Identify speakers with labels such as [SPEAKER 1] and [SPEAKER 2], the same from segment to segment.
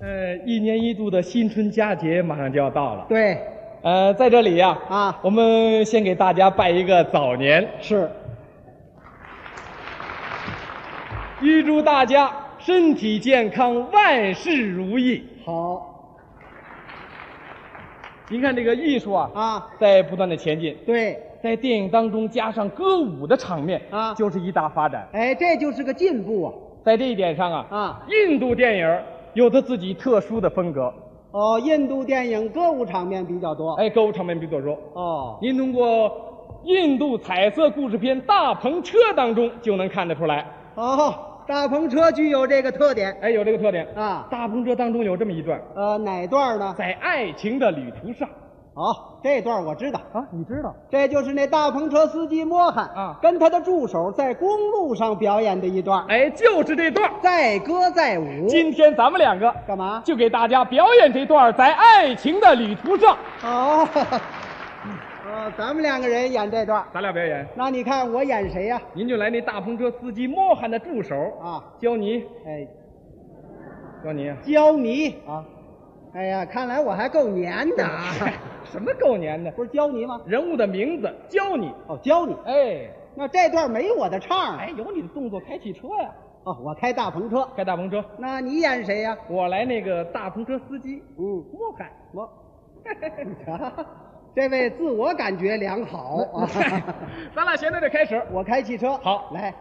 [SPEAKER 1] 呃，一年一度的新春佳节马上就要到了。
[SPEAKER 2] 对，
[SPEAKER 1] 呃，在这里呀、
[SPEAKER 2] 啊
[SPEAKER 1] 我们先给大家拜一个早年，
[SPEAKER 2] 是，
[SPEAKER 1] 预祝大家身体健康，万事如意。
[SPEAKER 2] 好
[SPEAKER 1] 您看这个艺术啊，
[SPEAKER 2] 啊，
[SPEAKER 1] 在不断的前进，
[SPEAKER 2] 对，
[SPEAKER 1] 在电影当中加上歌舞的场面
[SPEAKER 2] 啊
[SPEAKER 1] 就是一大发展。
[SPEAKER 2] 哎，这就是个进步
[SPEAKER 1] 在这一点上啊，
[SPEAKER 2] 啊啊！
[SPEAKER 1] 印度电影儿有它自己特殊的风格。
[SPEAKER 2] 哦，印度电影歌舞场面比较多，
[SPEAKER 1] 哎，歌舞场面比较多。
[SPEAKER 2] 哦，
[SPEAKER 1] 您通过印度彩色故事片《大篷车》当中就能看得出来。
[SPEAKER 2] 哦，大篷车具有这个特点
[SPEAKER 1] 哎，有这个特点。
[SPEAKER 2] 啊。
[SPEAKER 1] 大篷车当中有这么一段，
[SPEAKER 2] 呃，哪段呢？
[SPEAKER 1] 在爱情的旅途上
[SPEAKER 2] 哦，这段我知道，
[SPEAKER 1] 啊，你知道？
[SPEAKER 2] 这就是那大篷车司机莫罕
[SPEAKER 1] 啊
[SPEAKER 2] 跟他的助手在公路上表演的一段，
[SPEAKER 1] 哎，就是这段。
[SPEAKER 2] 载歌载舞。
[SPEAKER 1] 今天咱们两个
[SPEAKER 2] 干嘛？
[SPEAKER 1] 就给大家表演这段在爱情的旅途上。
[SPEAKER 2] 哦， 呃，咱们两个人演这段，
[SPEAKER 1] 咱俩表演，
[SPEAKER 2] 那你看我演谁呀、
[SPEAKER 1] 您就来那大篷车司机莫汉的助手
[SPEAKER 2] 啊？，
[SPEAKER 1] 教你，
[SPEAKER 2] 哎，
[SPEAKER 1] 教你
[SPEAKER 2] 教你。
[SPEAKER 1] 啊。
[SPEAKER 2] 哎呀，看来我还够粘的啊！
[SPEAKER 1] 什么狗年的？
[SPEAKER 2] 不是教你吗？
[SPEAKER 1] 人物的名字教你，
[SPEAKER 2] 哦，教你。
[SPEAKER 1] 哎
[SPEAKER 2] 那这段没我的唱
[SPEAKER 1] 哎，
[SPEAKER 2] 啊。
[SPEAKER 1] 有你的动作开汽车呀，
[SPEAKER 2] 哦，我开大篷车。
[SPEAKER 1] 开大篷车，
[SPEAKER 2] 那你演谁呀、
[SPEAKER 1] 我来那个大篷车司机
[SPEAKER 2] 嗯，
[SPEAKER 1] 莫汉。
[SPEAKER 2] 我。 这位自我感觉良好
[SPEAKER 1] 哦
[SPEAKER 2] 啊！
[SPEAKER 1] 咱俩现在就开始，
[SPEAKER 2] 我开汽车。
[SPEAKER 1] 好
[SPEAKER 2] 来。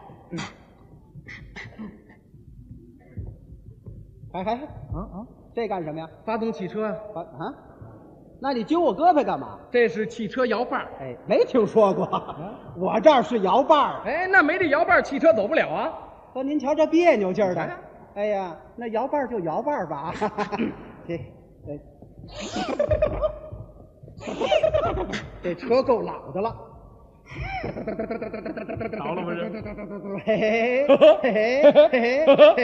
[SPEAKER 2] 哎哎，
[SPEAKER 1] 啊啊，
[SPEAKER 2] 这干什么呀？
[SPEAKER 1] 发动汽车啊，
[SPEAKER 2] 啊啊？那你揪我胳膊干嘛？
[SPEAKER 1] 这是汽车摇把儿。
[SPEAKER 2] 哎，没听说过，我这儿是摇把儿。
[SPEAKER 1] 哎，那没这摇把儿，汽车走不了啊。
[SPEAKER 2] 哥，您瞧这别扭劲儿
[SPEAKER 1] 你瞧
[SPEAKER 2] 的
[SPEAKER 1] 瞧。
[SPEAKER 2] 哎呀，那摇把儿就摇把儿吧。这这这车够老的了。
[SPEAKER 1] 倒了不是？
[SPEAKER 2] 嘿嘿嘿嘿嘿嘿嘿嘿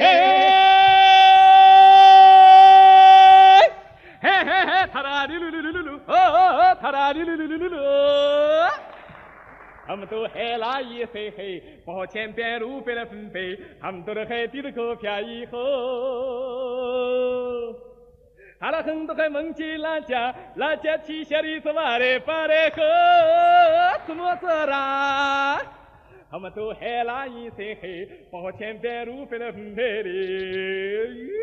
[SPEAKER 1] 哎，嘿嘿嘿，他哒哩噜噜噜噜噜，哦哦哦，他哒哩噜噜噜噜噜。他们都海拉一岁黑，宝钱白路白了分飞，他们都是海底的股票以后。阿拉很多还梦见拉家，拉家旗下的是瓦的巴的河，怎么着啦？他们都海拉一身黑，抱天白路飞了飞的。